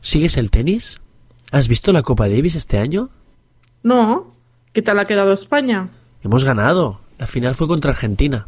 ¿Sigues el tenis? ¿Has visto la Copa Davis este año? No. ¿Qué tal ha quedado España? Hemos ganado. La final fue contra Argentina.